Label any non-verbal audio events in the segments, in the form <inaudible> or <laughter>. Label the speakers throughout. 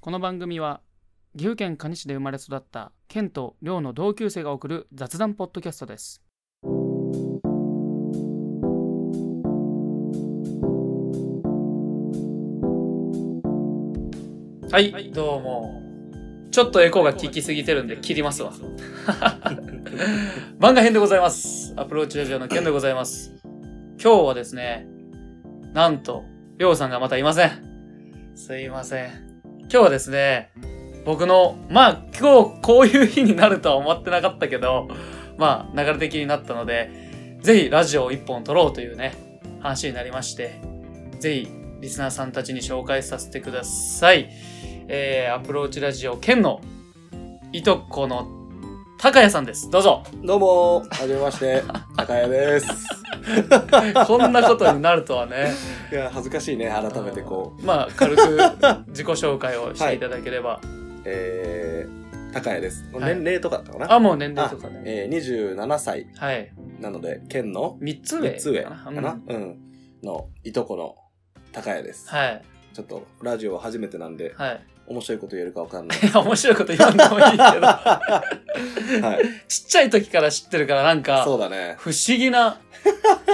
Speaker 1: この番組は岐阜県可児市で生まれ育った県と寮の同級生が送る雑談ポッドキャストですはい、
Speaker 2: はい
Speaker 1: どうもちょっとエコーが効きすぎてるんで切りますわ漫画編でございますアプローチラジオの件でございます今日はですねなんとりょうさんがまたいませんすいません今日はですね僕のまあ今日こういう日になるとは思ってなかったけどまあ流れ的になったのでぜひラジオを一本撮ろうというね話になりましてぜひリスナーさんたちに紹介させてくださいえー、アプローチラジオ県のいとこの高谷さんですどうぞ
Speaker 2: <laughs> どうもはじめまして、高谷です。
Speaker 1: <laughs> こんなことになるとはね
Speaker 2: いや、恥ずかしいね、改めてこう。
Speaker 1: うまあ軽く自己紹介をしていただければ、
Speaker 2: えー、高谷です。
Speaker 1: はい
Speaker 2: 年齢とかだったかな、
Speaker 1: あもう年齢とかね
Speaker 2: えー、27歳
Speaker 1: はい
Speaker 2: なので、県の
Speaker 1: 三つ上
Speaker 2: 3つ上
Speaker 1: か
Speaker 2: か
Speaker 1: な
Speaker 2: な、
Speaker 1: うん
Speaker 2: うん。の、いとこの高谷です。
Speaker 1: はい
Speaker 2: ちょっと、ラジオは初めてなんで、
Speaker 1: はい <laughs>
Speaker 2: 面白いこと言えるかわかんない。
Speaker 1: 面白いこと言わんでもいいけ
Speaker 2: <laughs>
Speaker 1: ど
Speaker 2: はい。
Speaker 1: ちっちゃい時から知ってるからなんか
Speaker 2: そうだね。
Speaker 1: 不思議な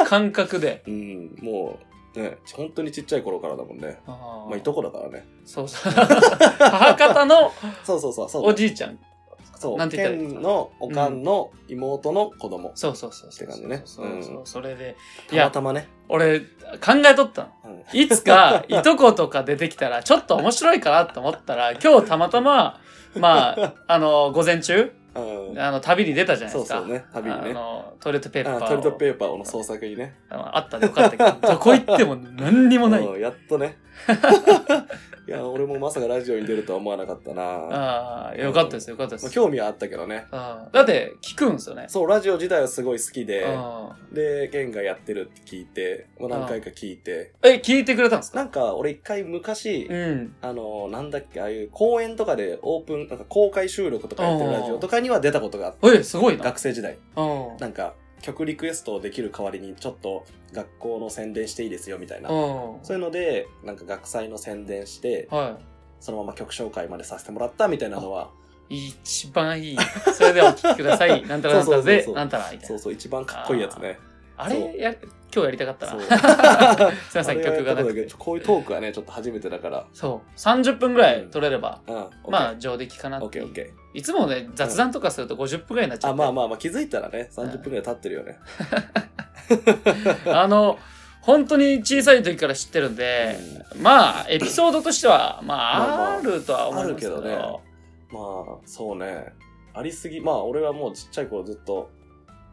Speaker 1: 感覚で
Speaker 2: <laughs> うん、もう、ね、本当にちっちゃい頃からだもんね。
Speaker 1: あー
Speaker 2: まあ、いとこだからね。
Speaker 1: そうそう <laughs> 母方の
Speaker 2: そうそうそう。そうだ
Speaker 1: おじいちゃん
Speaker 2: そう。
Speaker 1: なんて言ったらいいんですか
Speaker 2: 県のおかんの妹の子供。
Speaker 1: そうそうそうそう
Speaker 2: って感じね
Speaker 1: そうそうそう
Speaker 2: うん
Speaker 1: それでい
Speaker 2: た
Speaker 1: や
Speaker 2: またまね。
Speaker 1: 俺考えとったの
Speaker 2: うん
Speaker 1: いつかいとことか出てきたらちょっと面白いかなと思ったら今日たまたままああの午前中
Speaker 2: うん
Speaker 1: あの旅に出たじゃない
Speaker 2: そ
Speaker 1: で
Speaker 2: う
Speaker 1: すか
Speaker 2: そうね、旅に
Speaker 1: あ
Speaker 2: ね。
Speaker 1: のトイレットペーパー
Speaker 2: あ
Speaker 1: を
Speaker 2: トリートペーパーの創作にね。
Speaker 1: あのあったんでよかったけどどこ行っても何にもない
Speaker 2: うんやっ
Speaker 1: <laughs>
Speaker 2: とね。いや、俺もまさかラジオに出るとは思わなかったな。 <laughs> まあ、
Speaker 1: ああよかったですよかったです、
Speaker 2: 興味はあったけどね。
Speaker 1: あーだって聞くんですよね
Speaker 2: そう、ラジオ自体はすごい好きで、
Speaker 1: あ
Speaker 2: で、ゲンがやってるって聞いて、まあ、何回か聞いて、
Speaker 1: ーえ聞いてくれたんですか
Speaker 2: なんか俺一回昔、
Speaker 1: うん
Speaker 2: あの、なんだっけ、ああいう公演とかでオープン、なんか公開収録とかやってるラジオとかには出たことがあって、
Speaker 1: えすごいな
Speaker 2: 学生時代。
Speaker 1: うん
Speaker 2: なんか曲リクエストをできる代わりにちょっと学校の宣伝していいですよみたいな。
Speaker 1: うん
Speaker 2: そういうので、なんか学祭の宣伝して、
Speaker 1: は
Speaker 2: そのまま曲紹介までさせてもらったみたいなのは、
Speaker 1: い一番いいそれではお聴きくださいなんたらなんたら
Speaker 2: <laughs> そうそう
Speaker 1: で
Speaker 2: そうそう
Speaker 1: なんたらみたい
Speaker 2: そう
Speaker 1: な
Speaker 2: そう、一番かっこいいやつね。
Speaker 1: あ
Speaker 2: そう
Speaker 1: れや今日やりたかった
Speaker 2: そ
Speaker 1: な
Speaker 2: う。
Speaker 1: <laughs> すいません曲が
Speaker 2: あれはや
Speaker 1: な
Speaker 2: ったことだ
Speaker 1: く
Speaker 2: け
Speaker 1: て
Speaker 2: どこういうトークはね、ちょっと初めてだから。
Speaker 1: そう30分ぐらい取れれば
Speaker 2: うん。
Speaker 1: まあ上出来かな
Speaker 2: オッ
Speaker 1: っ
Speaker 2: ケ
Speaker 1: て
Speaker 2: ー
Speaker 1: い
Speaker 2: オッ
Speaker 1: う
Speaker 2: ケ
Speaker 1: いつもね雑談とかすると50分ぐらいになっち
Speaker 2: ー。
Speaker 1: ゃっ
Speaker 2: あ、
Speaker 1: て
Speaker 2: まあまあまあ、気づいたらね、30分ぐらい経ってるよね。
Speaker 1: あの、本当に小さい時から知ってるんで、まあ、エピソードとしては、ま
Speaker 2: まあ
Speaker 1: あ、
Speaker 2: まあ
Speaker 1: あるとは思いますけど。
Speaker 2: あるけどまあ、そうね。ありすぎ、まあ俺はもうちっちゃい頃ずっと、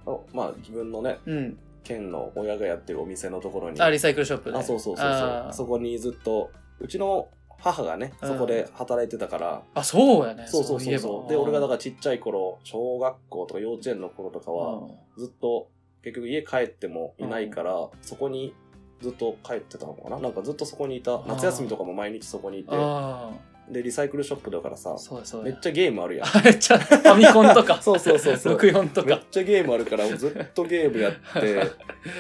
Speaker 2: あまあ自分のね、
Speaker 1: うん。
Speaker 2: 県の親がやってるお店のところに。
Speaker 1: あ、リサイクルショップで。
Speaker 2: あそうそうそうそう
Speaker 1: あー
Speaker 2: そこにずっとうちの母がねそこで働いてたから、
Speaker 1: あ、そうやね。
Speaker 2: そうそうそうそうで俺がだかららちっちゃい頃小学校とか幼稚園の頃とかは、ずっと結局家帰ってもいないから、そこにずっと帰ってたのかななんかずっとそこにいた
Speaker 1: ー
Speaker 2: 夏休みとかも毎日そこにいて
Speaker 1: あ
Speaker 2: でリサイクルショップだからさ
Speaker 1: あ、そうや <laughs> そう
Speaker 2: め
Speaker 1: や
Speaker 2: っ。ちゃゲームあるやん
Speaker 1: めっちゃ、ファミコンとか、
Speaker 2: <laughs> そうそうそうそう
Speaker 1: 64と
Speaker 2: め
Speaker 1: か
Speaker 2: っ。ちゃゲームあるからずっとゲーム
Speaker 1: <laughs>
Speaker 2: やって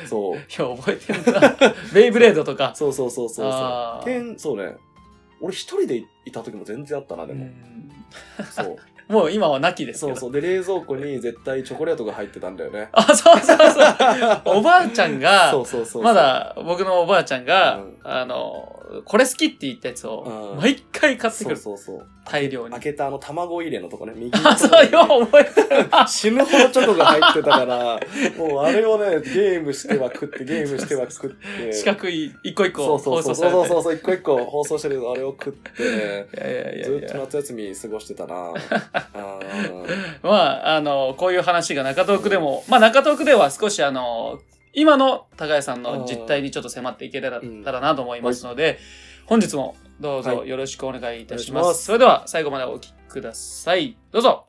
Speaker 2: そう
Speaker 1: いや、覚えてる
Speaker 2: <laughs>
Speaker 1: な。ベイブレードとか。
Speaker 2: そうそうそうそうそ
Speaker 1: あ
Speaker 2: う
Speaker 1: ー
Speaker 2: 県そうね俺一人でいた時も全然あったなでも、
Speaker 1: うん
Speaker 2: そう
Speaker 1: もう今はなきです
Speaker 2: そ
Speaker 1: け
Speaker 2: う
Speaker 1: ど。。
Speaker 2: そう。で、冷蔵庫に絶対チョコレートが入ってたんだよね
Speaker 1: あ、そうそうそう。おばあちゃんが、
Speaker 2: そうそうそう。
Speaker 1: ま。だ僕のおばあちゃんが、
Speaker 2: うん
Speaker 1: あのこれ好きって言ったやつを
Speaker 2: うん
Speaker 1: 毎回買ってく
Speaker 2: そう
Speaker 1: る、
Speaker 2: そうそう。
Speaker 1: 大量に
Speaker 2: 開けたあの卵入れのと
Speaker 1: <laughs>
Speaker 2: こね、右
Speaker 1: あそうよう覚えてるな
Speaker 2: <laughs> 死ぬ
Speaker 1: <laughs>
Speaker 2: ほどチョコが入ってたから、もうあれをね、ゲームしては食って、ゲームしては食って。
Speaker 1: 四角い一個一個
Speaker 2: そうそ
Speaker 1: 放送
Speaker 2: うそう
Speaker 1: されて
Speaker 2: そうそうそう、一個一個放送してるあれを食ってね、
Speaker 1: いやいやい
Speaker 2: ず
Speaker 1: や
Speaker 2: っ
Speaker 1: い
Speaker 2: と
Speaker 1: や
Speaker 2: 夏休み過ごして
Speaker 1: <laughs>
Speaker 2: たな。うん
Speaker 1: まああのこういう話が中東区でもまあ中東区では少しあの今の高谷さんの実態にちょっと迫っていけたら,、
Speaker 2: うん
Speaker 1: たらなと思いますので、本日もどうぞ
Speaker 2: はい
Speaker 1: よろしくお願いいたし
Speaker 2: お
Speaker 1: ます,、
Speaker 2: 願いします
Speaker 1: それでは最後までお聞きくださいどうぞ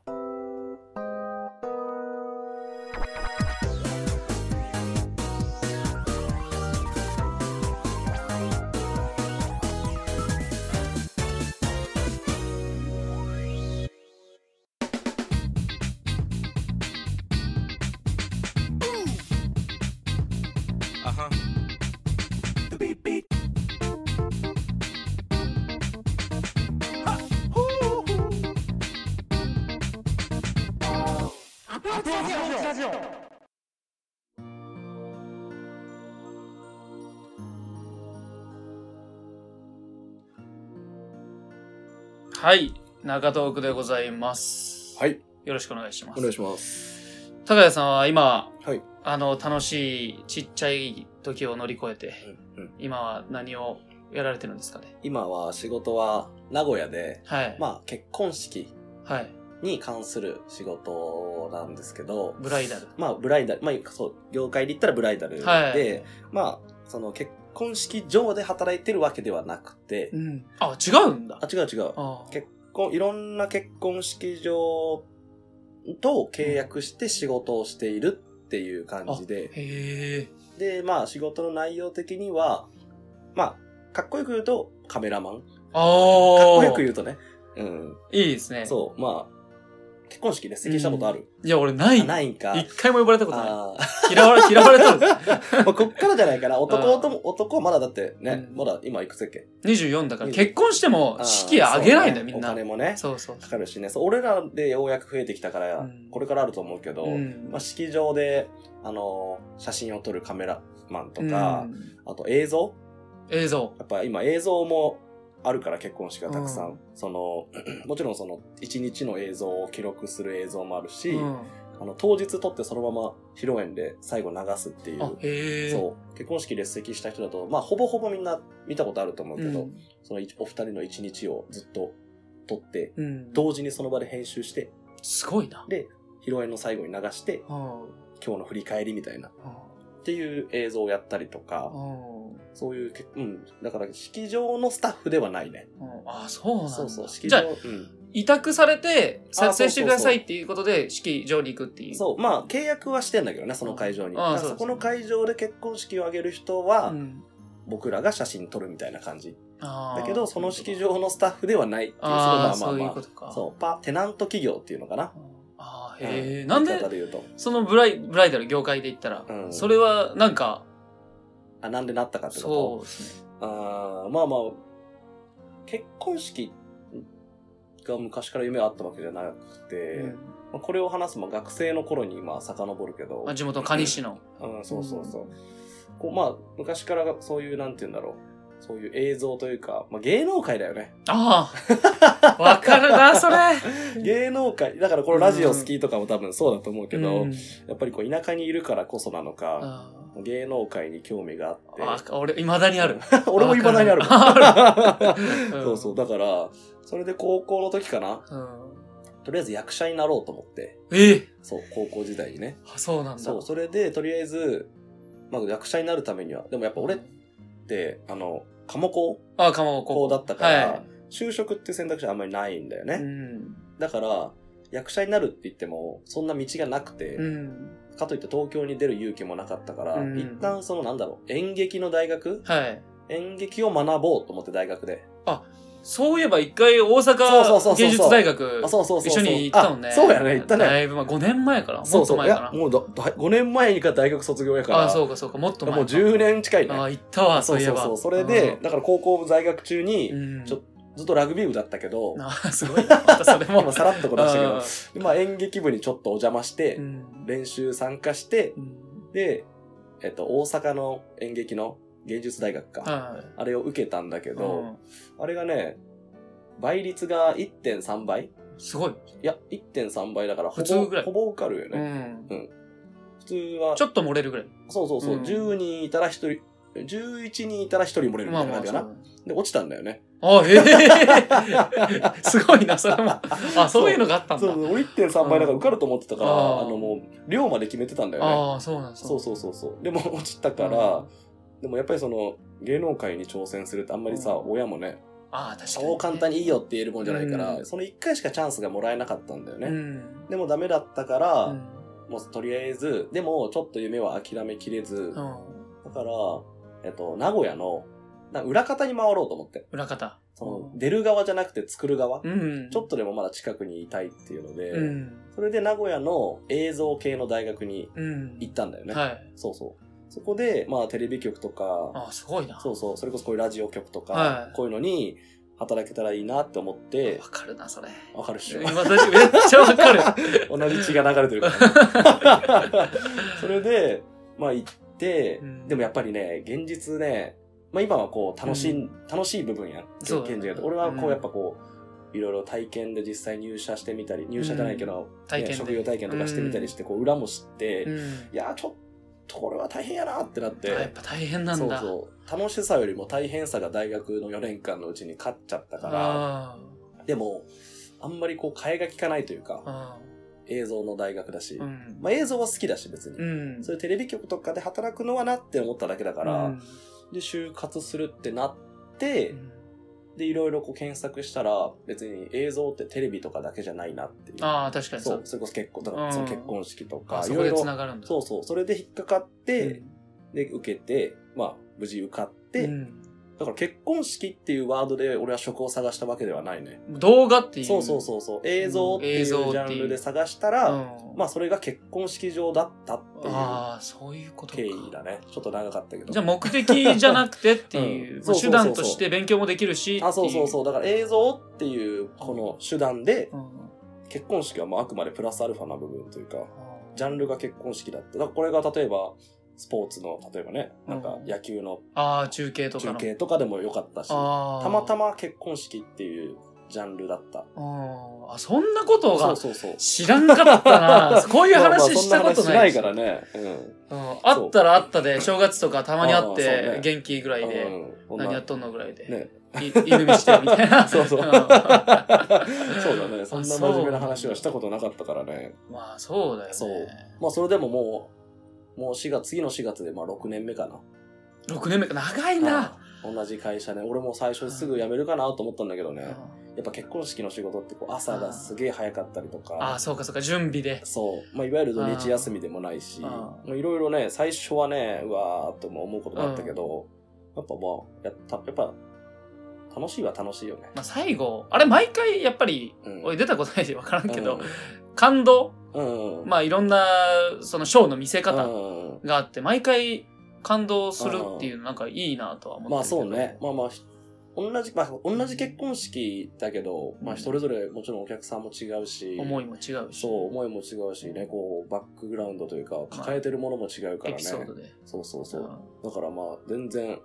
Speaker 1: ラジオ八ラジオはい、中トークでございます。
Speaker 2: はい。
Speaker 1: よろしくお願いします。
Speaker 2: お願いします。
Speaker 1: 高谷さんは今、
Speaker 2: はい
Speaker 1: あの、楽しいちっちゃい時を乗り越えて、
Speaker 2: うんうん
Speaker 1: 今は何をやられてるんですかね。
Speaker 2: 今は仕事は名古屋で、
Speaker 1: はい。
Speaker 2: まあ結婚式
Speaker 1: はい。
Speaker 2: に関する仕事なんですけど、
Speaker 1: ブライダル。
Speaker 2: まあブライダル、まあそう、業界で言ったらブライダルで、
Speaker 1: はい
Speaker 2: まあその結婚式場で働いてるわけではなくて、
Speaker 1: うん。あ、違うんだ。
Speaker 2: あ、違う違う。
Speaker 1: あ
Speaker 2: 結婚、いろんな結婚式場と契約して仕事をしているっていう感じで、
Speaker 1: へえ。
Speaker 2: で、まあ仕事の内容的には、まあ、かっこよく言うとカメラマン。かっ
Speaker 1: あ
Speaker 2: こ
Speaker 1: あ。
Speaker 2: よく言うとね。うん。
Speaker 1: いいですね。
Speaker 2: そう、まあ、結婚式で席したことある、
Speaker 1: いや、俺ない。
Speaker 2: あないんか。
Speaker 1: 一回も呼ばれたことな
Speaker 2: あ
Speaker 1: い。嫌われ、 <laughs> 嫌われとる。
Speaker 2: ーまあこっからじゃないかな。男とも、男はまだだってね、
Speaker 1: うん
Speaker 2: まだ今いくつだっけ
Speaker 1: 24だから、
Speaker 2: うん
Speaker 1: 結婚しても式上げないんだよ、
Speaker 2: そうね
Speaker 1: みんな
Speaker 2: お。金もね、
Speaker 1: そうそう。
Speaker 2: かかるしね。そう俺らでようやく増えてきたから、
Speaker 1: うん
Speaker 2: これからあると思うけど、
Speaker 1: うん
Speaker 2: まあ、式場で、あのー写真を撮るカメラマンとか
Speaker 1: う、ん
Speaker 2: あと映像
Speaker 1: 映像。
Speaker 2: やっぱ今映像もあるから結婚式がたくさん、
Speaker 1: うん
Speaker 2: その <clears throat> もちろんその一日の映像を記録する映像もあるし、
Speaker 1: うん。
Speaker 2: あの当日撮ってそのまま披露宴で最後流すってい
Speaker 1: あ
Speaker 2: う、
Speaker 1: へえ。
Speaker 2: そう結婚式列席した人だとまあほぼほぼみんな見たことあると思うけ
Speaker 1: う
Speaker 2: ど、
Speaker 1: ん。
Speaker 2: その一お二人の一日をずっと撮って
Speaker 1: うん。
Speaker 2: 同時にその場で編集して
Speaker 1: すごいな。
Speaker 2: で披露宴の最後に流して
Speaker 1: うん。うん
Speaker 2: 今日の振り返りみたいなっていう映像をやったりとか、
Speaker 1: うん。
Speaker 2: そういうけ、うん、だから式場のスタッフではないね。
Speaker 1: うんあ、そうなんだ。
Speaker 2: そうそう、式
Speaker 1: じ
Speaker 2: 場、
Speaker 1: ゃあ、
Speaker 2: うん、
Speaker 1: 委託されて、
Speaker 2: あ
Speaker 1: 撮影してくださいっていうことで、式場に行くっていう。
Speaker 2: そう、まあ契約はしてんだけどね、その会場に。
Speaker 1: ああ
Speaker 2: だから
Speaker 1: そう
Speaker 2: そこの会場で結婚式を挙げる人は、
Speaker 1: ん。
Speaker 2: 僕らが写真撮るみたいな感じ。
Speaker 1: あー
Speaker 2: だけど、その式。場のスタッフではないっていう、それ
Speaker 1: ああ、
Speaker 2: がまあ
Speaker 1: そういう
Speaker 2: ま
Speaker 1: ことか。
Speaker 2: あ、そう、パ、テナント企業っていうのかな。
Speaker 1: ああ、
Speaker 2: うん
Speaker 1: へえ。なん
Speaker 2: 言い方
Speaker 1: で、
Speaker 2: で言うと。
Speaker 1: そのブライブライダル業界で言ったら、
Speaker 2: うん
Speaker 1: それはなんか、
Speaker 2: あ、なんでなったかって
Speaker 1: そ
Speaker 2: こ
Speaker 1: うですね。
Speaker 2: とあーまあまあ、結婚式が昔から夢あったわけじゃなくて、
Speaker 1: うん
Speaker 2: まあこれを話すも学生の頃に今遡るけど、
Speaker 1: まあ、地元の蟹市の。
Speaker 2: うん、そうそうそう。こうまあ、昔からがそういう、なんて言うんだろう。そういう映像というか、まあ、芸能界だよね。
Speaker 1: ああ、わかる
Speaker 2: <laughs>
Speaker 1: な、それ。
Speaker 2: 芸能界、だからこのラジオ好きとかも多分そうだと思うけど、
Speaker 1: うん
Speaker 2: やっぱりこう田舎にいるからこそなのか、
Speaker 1: あ
Speaker 2: 芸能界に興味があって。
Speaker 1: ーあー、俺、いまだにある。
Speaker 2: <laughs> 俺もいまだにあるもん。
Speaker 1: わか
Speaker 2: <laughs>
Speaker 1: る
Speaker 2: そうそう。だから、それで高校の時かな。
Speaker 1: うん
Speaker 2: とりあえず役者になろうと思って。
Speaker 1: ええ
Speaker 2: そう、高校時代にね。
Speaker 1: あそうなんだ。
Speaker 2: そう、それで、とりあえず、まあ役者になるためには、でもやっぱ俺って、あの、科目を
Speaker 1: あ、かも、
Speaker 2: 高校
Speaker 1: こ
Speaker 2: だったから、
Speaker 1: は
Speaker 2: 就職っていう選択肢はあんまりないんだよね。
Speaker 1: い。うん。
Speaker 2: だから、役者になるって言っても、そんな道がなくて、
Speaker 1: うん。
Speaker 2: かといって東京に出る勇気もなかったから、
Speaker 1: うん
Speaker 2: 一旦そのなんだろう、演劇の大学
Speaker 1: はい。
Speaker 2: 演劇を学ぼうと思って大学で。
Speaker 1: そういえば一回大
Speaker 2: そうそうそうそう
Speaker 1: 阪芸術大学
Speaker 2: あ、そうそうそう
Speaker 1: 一
Speaker 2: そ
Speaker 1: 緒
Speaker 2: う。
Speaker 1: に行ったもんね。
Speaker 2: あそうやね、行ったね。
Speaker 1: だいぶ、まあ5年前から。
Speaker 2: そ
Speaker 1: も
Speaker 2: う
Speaker 1: っ
Speaker 2: そ
Speaker 1: と
Speaker 2: う。
Speaker 1: 前
Speaker 2: い
Speaker 1: か
Speaker 2: や
Speaker 1: な、。
Speaker 2: もうど、だ5年前が大学卒業やから。
Speaker 1: あ、そうかそうか、もっと前
Speaker 2: も
Speaker 1: か。
Speaker 2: う10年近いね。
Speaker 1: あ、行ったわ、
Speaker 2: そ
Speaker 1: そうういえ
Speaker 2: そう
Speaker 1: ば。
Speaker 2: そう。それで、だから高校在学中
Speaker 1: う
Speaker 2: に、
Speaker 1: ん、
Speaker 2: ちょっずっとラグビー部だったけど、
Speaker 1: あ、すごいな。またそれも。
Speaker 2: <laughs> 今さらっとこ出したけど
Speaker 1: あ、
Speaker 2: でまあ演劇部にちょっとお邪魔して、
Speaker 1: うん
Speaker 2: 練習参加して
Speaker 1: う、ん
Speaker 2: で、えっと、大阪の演劇の芸術大学か。
Speaker 1: は
Speaker 2: あれを受けたんだけ
Speaker 1: い。う
Speaker 2: ど、
Speaker 1: ん
Speaker 2: あれがね、倍率が1.3倍い
Speaker 1: すごい。
Speaker 2: や、1.3倍だから、ほ
Speaker 1: 普通ぐ
Speaker 2: ぼ、
Speaker 1: らい
Speaker 2: ほぼ受かるよ
Speaker 1: う
Speaker 2: ね。
Speaker 1: ん。
Speaker 2: 普通は
Speaker 1: ち、ょっと漏れるぐらい。
Speaker 2: そうそうそう、
Speaker 1: うん
Speaker 2: 10人いたら1人、11人いたら1人漏れるみ
Speaker 1: ま
Speaker 2: たい
Speaker 1: あま
Speaker 2: な感
Speaker 1: あ
Speaker 2: じ
Speaker 1: そ
Speaker 2: か
Speaker 1: う
Speaker 2: な。で、落ちたんだ
Speaker 1: <laughs>
Speaker 2: よね。
Speaker 1: あ、ええ <laughs> すごいな、それも。あ、そういうのがあったん
Speaker 2: そう
Speaker 1: だ
Speaker 2: そ。う、俺1.3倍だから受かると思ってたから、
Speaker 1: うん
Speaker 2: あのもう、量まで決めてたんだよね。
Speaker 1: ああ、そうなんです
Speaker 2: そうそうそうそう。でも落ちたから、でもやっぱりその、芸能界に挑戦するってあんまりさ、
Speaker 1: うん
Speaker 2: 親もね、
Speaker 1: ああ、確かに。
Speaker 2: そう簡単にいいよって言えるもんじゃないから、
Speaker 1: うん
Speaker 2: その1回しかチャンスがもらえなかったんだよね。
Speaker 1: うん。
Speaker 2: でもダメだったから、
Speaker 1: うん
Speaker 2: もうとりあえず、でもちょっと夢は諦めきれず、
Speaker 1: う
Speaker 2: だ
Speaker 1: ん。
Speaker 2: から、えっと、名古屋の、な裏方に回ろうと思って。
Speaker 1: 裏方。
Speaker 2: その、
Speaker 1: うん
Speaker 2: 出る側じゃなくて作る側、
Speaker 1: うん。
Speaker 2: ちょっとでもまだ近くにいたいっていうので、
Speaker 1: うん。
Speaker 2: それで名古屋の映像系の大学に
Speaker 1: うん。
Speaker 2: 行ったんだよね。
Speaker 1: はい。
Speaker 2: そうそう。そこで、まあテレビ局とか、
Speaker 1: ああ、すごいな。
Speaker 2: そうそう、それこそこういうラジオ局とか、
Speaker 1: はい
Speaker 2: こういうのに、働けたらいいなって思って
Speaker 1: わ、かるな、それ。
Speaker 2: わかるっしょ。
Speaker 1: 今私めっちゃわかる。
Speaker 2: <laughs> 同じ血が流れてるから、
Speaker 1: <laughs>
Speaker 2: それで、まあ行って、
Speaker 1: うん
Speaker 2: でもやっぱりね、現実ね、まあ今はこう楽しい、楽しい部分やん。
Speaker 1: そうだね
Speaker 2: 現実が俺はこ
Speaker 1: う
Speaker 2: うんやっぱこう、いろいろ体験で実際入社してみたり、入社じゃないけど、
Speaker 1: 体
Speaker 2: ね
Speaker 1: 験
Speaker 2: 職
Speaker 1: で。
Speaker 2: 業体験とかしてみたりして、こう裏も知って、
Speaker 1: う
Speaker 2: い
Speaker 1: ん。
Speaker 2: やーちょっとこれは大変やなってなって、
Speaker 1: あやっぱ大変なんだ。
Speaker 2: そうそう。楽しさよりも大変さが大学の4年間のうちに勝っちゃったから、
Speaker 1: あ
Speaker 2: でも、あんまりこう替えが利かないというか
Speaker 1: あ、ああ
Speaker 2: 映像の大学だし、
Speaker 1: うん。
Speaker 2: まあ映像は好きだし別に。
Speaker 1: うん。
Speaker 2: そういうテレビ局とかで働くのはなって思っただけだから、
Speaker 1: うん
Speaker 2: で、就活するってなって、
Speaker 1: うん
Speaker 2: で、いろいろこう検索したら、別に映像ってテレビとかだけじゃないなっていう。
Speaker 1: ああ、確かにそ
Speaker 2: そ
Speaker 1: う、。
Speaker 2: うそれこそ結婚、だか
Speaker 1: う
Speaker 2: ら
Speaker 1: ん
Speaker 2: その結婚式と
Speaker 1: あ
Speaker 2: か、
Speaker 1: そ
Speaker 2: い
Speaker 1: こ
Speaker 2: ろい
Speaker 1: で
Speaker 2: ろ。
Speaker 1: 繋がるんだ。
Speaker 2: そうそう、それで引っかかって、で、受けて、まあ、無事受かって、
Speaker 1: うん
Speaker 2: だから結婚式っていうワードで俺は職を探したわけではないね。
Speaker 1: うん動画っていう。
Speaker 2: そうそうそうそう。映像っていう
Speaker 1: 映
Speaker 2: ジ
Speaker 1: 像っていう
Speaker 2: ャンルで探した
Speaker 1: う
Speaker 2: ら、
Speaker 1: ん。
Speaker 2: まあそれが結婚式場だったっていう
Speaker 1: ああ、そういうことか。
Speaker 2: 経緯だね。ちょっと長かったけど。
Speaker 1: じゃあ目的じゃなくてってい
Speaker 2: <laughs> う
Speaker 1: う、ま
Speaker 2: ん
Speaker 1: あ
Speaker 2: そうそうそうそ
Speaker 1: 手
Speaker 2: う
Speaker 1: 段として勉強もできるしっていう。
Speaker 2: あ、そうそうそう。だから映像っていうこの手段で、
Speaker 1: うん。
Speaker 2: 結婚式はもうあくまでプラスアルファな部分というか、ジャ
Speaker 1: ル。
Speaker 2: ンルが結婚式だった。だからこれが例えば、スポーツの、例えばね、なんか野球の
Speaker 1: ああ、中継とか
Speaker 2: 中
Speaker 1: の。
Speaker 2: 継とかでもよかったし、た
Speaker 1: ああ。
Speaker 2: また
Speaker 1: ま。
Speaker 2: ま結婚式っていうジャンルだった。
Speaker 1: あ、そんなこと
Speaker 2: そ
Speaker 1: が
Speaker 2: うそうそう。
Speaker 1: 知らんかった
Speaker 2: <laughs>
Speaker 1: な。こういう
Speaker 2: まあまあ
Speaker 1: 話したこと
Speaker 2: そんな
Speaker 1: ない。
Speaker 2: 話しないからね。うん。
Speaker 1: うんあったらあったで、正月とかたまにあっ
Speaker 2: ああそう
Speaker 1: て
Speaker 2: ね、
Speaker 1: 元気ぐらいで。
Speaker 2: うんこんな
Speaker 1: 何やっとんのぐらいで、
Speaker 2: ね <laughs>
Speaker 1: い犬見してみたいな
Speaker 2: そうそう。そうんだね。そんな真面目な話はしたことなかったからね。
Speaker 1: まあそうだよね
Speaker 2: そうまあそれでももう、もう4月、次の4月でまあ6年目かな。
Speaker 1: 6年目か長いな、
Speaker 2: うん同じ会社ね。俺も最初すぐ辞めるかなと思ったんだけどね。やっぱ結婚式の仕事ってこう朝がすげえ早かったりと
Speaker 1: ああ
Speaker 2: か。
Speaker 1: そうかそうか準備で
Speaker 2: そう。まあいわゆる土日休みでもないし。
Speaker 1: うん
Speaker 2: まあいろいろね、最初はね、うわーっとも思うこともあったけど、やっぱまあ、やった、やっぱ、楽しいは楽しいよね。
Speaker 1: まあ最後あれ毎回やっぱり、
Speaker 2: うん
Speaker 1: 俺出たことないし分からんけど、
Speaker 2: うん
Speaker 1: 感動
Speaker 2: うんうん。
Speaker 1: まあいろんなそのショーの見せ
Speaker 2: う
Speaker 1: 方
Speaker 2: んうん
Speaker 1: があって、毎回感動するっていうのなんかいいなとは思って
Speaker 2: まあ
Speaker 1: るけど
Speaker 2: そうね。まあまあ、ひ同じ、まあ同じ結婚式だけど、まあそれぞれもちろんお客さんも違うし、
Speaker 1: 思いも違うし、
Speaker 2: そう、思いも違うしね、こう、バックグラウンドというか、抱えてるものも違うから
Speaker 1: エ
Speaker 2: ね
Speaker 1: ピ。ソードで、
Speaker 2: そうそうそうう。
Speaker 1: ん
Speaker 2: だからまあ、全然、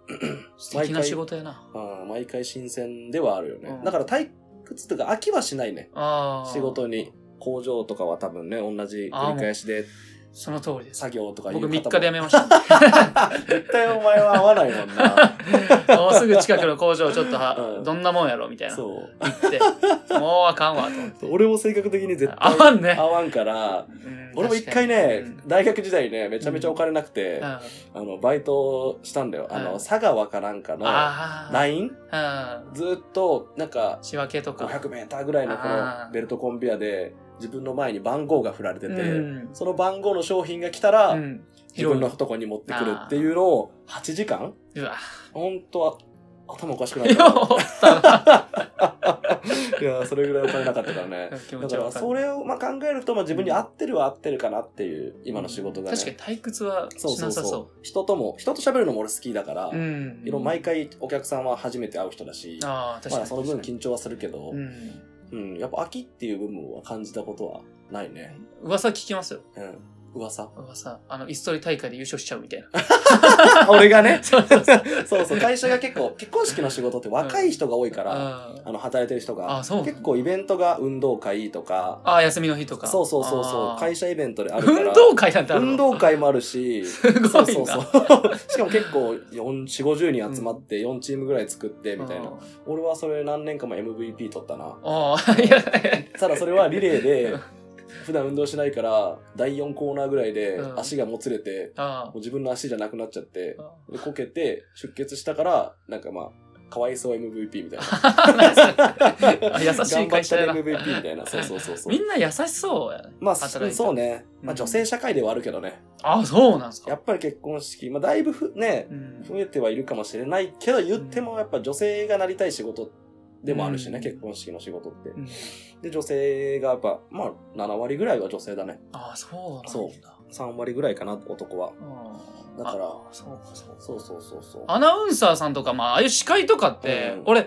Speaker 1: 素敵な仕事やな
Speaker 2: うん毎回新鮮ではあるよね。
Speaker 1: うん
Speaker 2: だから退屈というか、飽きはしないね。
Speaker 1: ああ
Speaker 2: 仕事に。工場とかは多分ね、同じ繰り返しで
Speaker 1: その通りです
Speaker 2: 作業とかいう
Speaker 1: 僕
Speaker 2: 方も
Speaker 1: 3日で辞
Speaker 2: <laughs>
Speaker 1: めました
Speaker 2: 絶対お前は合わないもん
Speaker 1: <laughs>
Speaker 2: な。
Speaker 1: もうすぐ近くの工場ちょっとは、
Speaker 2: うん
Speaker 1: どんなもんやろみたいな。行
Speaker 2: そう。
Speaker 1: って、もうあかんわと思って。
Speaker 2: <laughs> 俺も性格的に絶
Speaker 1: あ
Speaker 2: 対
Speaker 1: かんね
Speaker 2: 合。わんから、
Speaker 1: うん
Speaker 2: 俺も一回ね、
Speaker 1: 確か
Speaker 2: 大学時代ね、めちゃめちゃお金なくて、
Speaker 1: にうん
Speaker 2: あ
Speaker 1: あ
Speaker 2: の、バイトしたんだよ。あ
Speaker 1: うん
Speaker 2: の、佐川かなんかの、
Speaker 1: あ。
Speaker 2: LINE?
Speaker 1: うん。
Speaker 2: ずーっと、なんか、
Speaker 1: 仕分けとか。
Speaker 2: 500メーターぐらいのこ
Speaker 1: あー
Speaker 2: のベルトコンベアで、自分の前に番号が振られて
Speaker 1: う
Speaker 2: て、
Speaker 1: ん。
Speaker 2: その番号の商品が来たら、
Speaker 1: うん。
Speaker 2: 自分の
Speaker 1: 広
Speaker 2: とこに持ってくるっていうのを、8時間
Speaker 1: いうわ。 <laughs>
Speaker 2: ほんと、あ頭おかしくな
Speaker 1: よ
Speaker 2: る
Speaker 1: うおったな。
Speaker 2: いやー、それぐらいお金なかったからね。
Speaker 1: 気持
Speaker 2: だ
Speaker 1: ち
Speaker 2: か
Speaker 1: はわ
Speaker 2: ら、
Speaker 1: か
Speaker 2: そ
Speaker 1: る。
Speaker 2: れをまあ考えると、まあ自分に合ってるは合ってるかなっていう、今の仕事がね。
Speaker 1: 確かに退屈は
Speaker 2: そう
Speaker 1: し
Speaker 2: そ
Speaker 1: な
Speaker 2: う
Speaker 1: さ
Speaker 2: そ。
Speaker 1: そう
Speaker 2: 人とも、人と喋るのも俺好きだから、
Speaker 1: う。うん。
Speaker 2: いろ毎回お客さんは初めて会う人だし、
Speaker 1: ああ、確か
Speaker 2: まあ
Speaker 1: に。
Speaker 2: その分
Speaker 1: 確かに
Speaker 2: 緊張はするけど、
Speaker 1: う
Speaker 2: うん、
Speaker 1: ん。
Speaker 2: やっぱ秋っていう部分は感じたことはないね。
Speaker 1: 噂聞きますよ。。
Speaker 2: うん。噂 <laughs>
Speaker 1: 噂。あの、椅子取り大会で優勝しちゃうみたいな。
Speaker 2: 俺がね、
Speaker 1: そうそうそう。
Speaker 2: そうそう、会社が結構、結婚式の仕事って若い人が多いから、
Speaker 1: あ
Speaker 2: あの、働いてる人が、
Speaker 1: あ、そう。
Speaker 2: 結構イベントが運動会とか、
Speaker 1: ああ、休みの日とか。
Speaker 2: そうそうそうそ
Speaker 1: あ
Speaker 2: う、
Speaker 1: ー
Speaker 2: 会社イベントであるから。
Speaker 1: 運動会なんてあるの
Speaker 2: 運動会もあるし、
Speaker 1: すごいな。
Speaker 2: そうそうそう。 <laughs> しかも結構4、4、50人集まって4チームぐらい作ってみたいな。俺はそれ何年かも MVP 取ったな。
Speaker 1: ああ、いや、い
Speaker 2: ただそれはリレーで、普段運動しないから、第4コーナーぐらいで
Speaker 1: うん
Speaker 2: 足がもつれて、
Speaker 1: やあ
Speaker 2: もう自分の足じゃなくなっちゃって、
Speaker 1: <laughs> あ。
Speaker 2: でこけて出血したから、なんかまあ、かわいそう MVP みたいな。
Speaker 1: <laughs> あ優しい会社やな
Speaker 2: 頑張った MVP みたいな。そうそうそうそう
Speaker 1: み。んな優しそうやね。
Speaker 2: まあ、
Speaker 1: 働いて
Speaker 2: そうね。ま
Speaker 1: う
Speaker 2: あ、
Speaker 1: ん
Speaker 2: 女性社会ではあるけどね。
Speaker 1: ああ、そうなんす
Speaker 2: や
Speaker 1: か。
Speaker 2: っぱり結婚式、まあ、だいぶふね
Speaker 1: う、ん
Speaker 2: 増えてはいるかもしれないけど、言ってもやっぱ女性がなりたい仕事でもあるしね、
Speaker 1: うん
Speaker 2: 結婚式の仕事って
Speaker 1: う。ん
Speaker 2: で、女性がやっぱ、まあ、7割ぐらいは女性だね。
Speaker 1: ああ、そう
Speaker 2: そ
Speaker 1: なんだ。
Speaker 2: う。3割ぐらいかな、男は。
Speaker 1: うん
Speaker 2: だから
Speaker 1: あそうか、そうか。
Speaker 2: そうそうそうそう。
Speaker 1: アナウンサーさんとか、まあ、ああいう司会とかって
Speaker 2: う、ん
Speaker 1: 俺、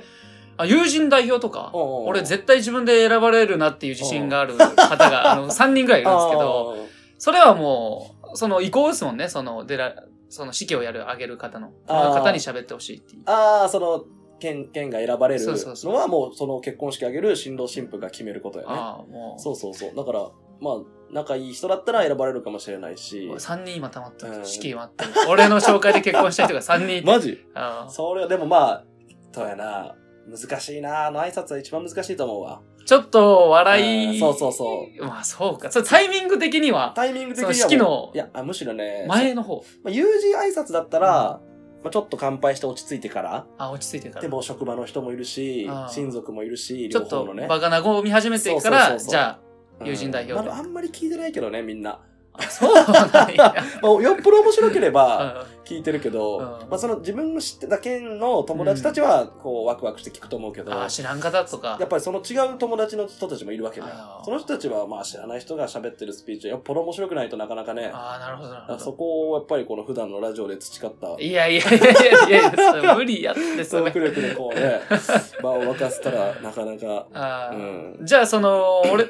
Speaker 1: あ、友人代表とか、
Speaker 2: おうおう
Speaker 1: 俺絶対自分で選ばれるなっていう自信がある方が、あの、3人ぐらいいるんですけど、それはもう、その意向ですもんね、その、でら、その指揮をやる、あげる方の、
Speaker 2: あー
Speaker 1: の方に喋ってほしいっていう。
Speaker 2: あーあーその県県が選ばれる
Speaker 1: そうそうそう
Speaker 2: のはもうその結婚式あげる新郎新婦が決めることやね
Speaker 1: ああ、もう、
Speaker 2: そうそうそうだからまあ仲いい人だったら選ばれるかもしれないし
Speaker 1: 俺3人今溜まってる
Speaker 2: う。ん
Speaker 1: 指揮待ってる。俺の紹介で結婚した人が3人いて。
Speaker 2: マジ
Speaker 1: あー
Speaker 2: それはでもまあそうやな難しいなあの挨拶は一番難しいと思うわ
Speaker 1: ちょっと笑
Speaker 2: うん
Speaker 1: い。。
Speaker 2: そうそうそう
Speaker 1: まあそうか。それタイミング的には、
Speaker 2: タイミング的にはもう
Speaker 1: その式の
Speaker 2: いやあむしろね
Speaker 1: 前の方。
Speaker 2: まあ、友人挨拶だったら、まあ、ちょっと乾杯して落ち着いてから
Speaker 1: あ、落ち着いてから。
Speaker 2: でも職場の人もいるし
Speaker 1: あー
Speaker 2: 親族もいる
Speaker 1: ち
Speaker 2: し両
Speaker 1: ょっ
Speaker 2: 方
Speaker 1: と
Speaker 2: のね
Speaker 1: 場が和み始めてから、
Speaker 2: そうそうそうそう
Speaker 1: じゃ友人代表
Speaker 2: うんまああんまり聞いてないけどねみんな、
Speaker 1: あ、あそうなんや。
Speaker 2: <laughs> まあ、よっぽど面白けれ
Speaker 1: <laughs> う
Speaker 2: ば、
Speaker 1: ん
Speaker 2: 聞いてるけど、
Speaker 1: うん
Speaker 2: まあ、その自分の知ってた県の友達たちはこうワクワクして聞くと思うけど、
Speaker 1: あー
Speaker 2: や
Speaker 1: 知らん方とか
Speaker 2: っ。ぱりその違う友達の人たちもいるわけだ
Speaker 1: あ
Speaker 2: よ
Speaker 1: ー
Speaker 2: その人たちはまあ知らない人が喋ってるスピーチはよっぽど面白くないとなかなかね
Speaker 1: ああ、なるほど、なるほ
Speaker 2: そこをやっぱりこの普段のラジオで培った
Speaker 1: ど。いやいやいやいやいやいやそれ無理や
Speaker 2: <laughs>
Speaker 1: って、そ
Speaker 2: トー
Speaker 1: れ。
Speaker 2: ク力でこ
Speaker 1: <laughs>
Speaker 2: うね場を沸かせたらなかなか、
Speaker 1: あ
Speaker 2: う
Speaker 1: ー
Speaker 2: ん、
Speaker 1: じゃあ、その、俺、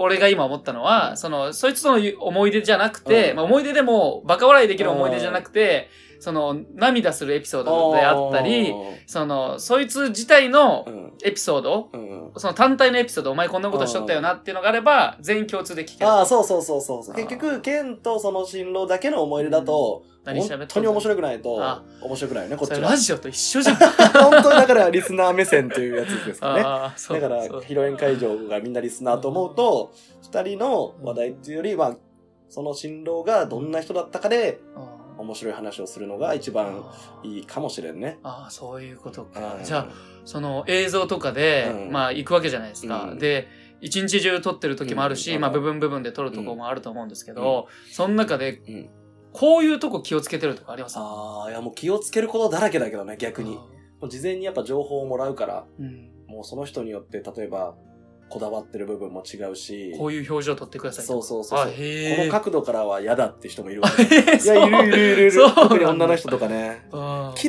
Speaker 1: 俺が今思ったのは、その、そいつとの思い出じゃなくて、
Speaker 2: うん
Speaker 1: まあ思い出でも、バカ笑いできる思い出じゃなくて、その、涙するエピソードであったり、その、そいつ自体の
Speaker 2: うん
Speaker 1: エピソード、
Speaker 2: うん、
Speaker 1: その単体のエピソード、お前こんなことしとったよなっていうのがあれば、全員共通で聞ける。
Speaker 2: ああそうそうそうそうそう
Speaker 1: あー
Speaker 2: 結局県とその新郎だけの思い出だと、
Speaker 1: 何喋っとんの
Speaker 2: 本当に面白くないと
Speaker 1: あ
Speaker 2: 面白くないよねこっ
Speaker 1: そ
Speaker 2: ち
Speaker 1: れ
Speaker 2: は
Speaker 1: ラジオと一緒
Speaker 2: <laughs>
Speaker 1: じゃん。
Speaker 2: 本当にだからリスナー目線というやつですかね。
Speaker 1: <laughs> あーそう
Speaker 2: だから
Speaker 1: そう
Speaker 2: 披露宴会場がみんなリスナーと思うと二人の話題っていうよりはその新郎がどんな人だったかで
Speaker 1: うん
Speaker 2: 面白い話をするのが一番
Speaker 1: あー
Speaker 2: いいかもしれんね。
Speaker 1: ああ、そういうことか
Speaker 2: う。ん
Speaker 1: じゃあ、その映像とかで、
Speaker 2: うん
Speaker 1: まあ行くわけじゃないですか。
Speaker 2: うん
Speaker 1: で、一日中撮ってる時もあるし、
Speaker 2: うん
Speaker 1: まあ部分部分で撮るとこもあると思うんですけど、その中で
Speaker 2: うん、
Speaker 1: こういうとこ気をつけてるとかありますか
Speaker 2: ああいやもう気をつけることだらけだけどね逆に。も。う事前にやっぱ情報をもらうから
Speaker 1: うん
Speaker 2: もうその人によって例えばこだわってる部分も違うし
Speaker 1: こういう表情撮ってくださいと
Speaker 2: そう
Speaker 1: か。
Speaker 2: そうそう
Speaker 1: あ、
Speaker 2: そうこ
Speaker 1: へえ。
Speaker 2: の角度からは嫌だって人も
Speaker 1: <laughs>
Speaker 2: いるわけ。い
Speaker 1: い
Speaker 2: やいるいるいるいる
Speaker 1: そう
Speaker 2: 特に女の人とかね。綺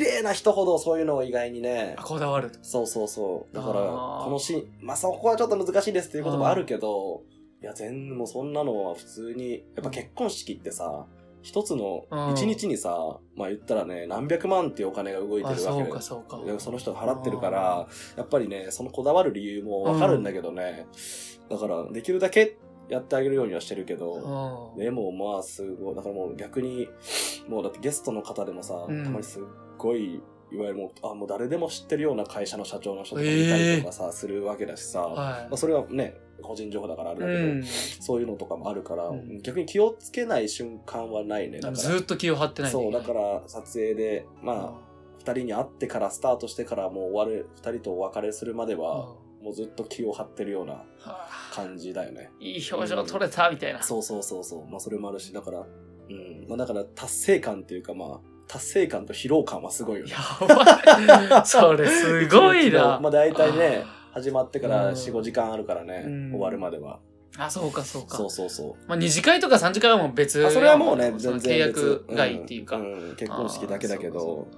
Speaker 1: きれ
Speaker 2: 麗な人ほどそういうのを意外にね
Speaker 1: こだわる。
Speaker 2: そうそうそうだから
Speaker 1: あー
Speaker 2: このシーンまあそこはちょっと難しいですっていうこともあるけどいや全然もうそんなのは普通にやっぱ結婚式ってさ一つの
Speaker 1: うん
Speaker 2: 一日にさ、まあ言ったらね何百万っていうお金が動いて
Speaker 1: あ、
Speaker 2: るわ
Speaker 1: そ
Speaker 2: け
Speaker 1: う
Speaker 2: で
Speaker 1: かそうか。
Speaker 2: でその人が払ってるからやっぱりねそのこだわる理由もわかるんだけどね、だからできるだけやってあげるようにはしてるけど、
Speaker 1: うん
Speaker 2: でもまあすごいだからもう逆にもうだってゲストの方でもさ、
Speaker 1: うん
Speaker 2: たまにすっごいいわゆるもうあもう誰でも知ってるような会社の社長の人とかいたりとかさ、するわけだしさ、
Speaker 1: は
Speaker 2: まあ、それはね個人情報だからあ
Speaker 1: い。
Speaker 2: れだけど、
Speaker 1: うん。
Speaker 2: そういうのとかもあるから、
Speaker 1: うん
Speaker 2: 逆に気をつけない瞬間はないねだから
Speaker 1: ずっと気を張ってないと
Speaker 2: そ
Speaker 1: いうけ
Speaker 2: だ
Speaker 1: ない
Speaker 2: から撮影でまあ、二人に会ってからスタートしてからもう終わる二人とお別れするまで
Speaker 1: うん
Speaker 2: は、もうずっと気を張ってるような
Speaker 1: はあ
Speaker 2: 感じだよね。
Speaker 1: いい表情撮れたみたいな。
Speaker 2: そうそうそうそう。まあそれもあるし、だから、うん。まあだから達成感っていうかまあ、達成感と疲労感はすごいよね
Speaker 1: や。
Speaker 2: <laughs>
Speaker 1: ばい。 <laughs> それすごいな
Speaker 2: ま。あ大体ね、始まってか
Speaker 1: う
Speaker 2: ら
Speaker 1: ん
Speaker 2: 4、5時間あるからね、
Speaker 1: うん
Speaker 2: 終わるまでは。
Speaker 1: あ、そうかそうか。
Speaker 2: そうそうそ
Speaker 1: まあ、二次会とか三次会はもう別
Speaker 2: う。あそれはもうね、
Speaker 1: その
Speaker 2: 全
Speaker 1: 契
Speaker 2: 然別。
Speaker 1: 約外っていうか。
Speaker 2: んん結婚式だけだけど、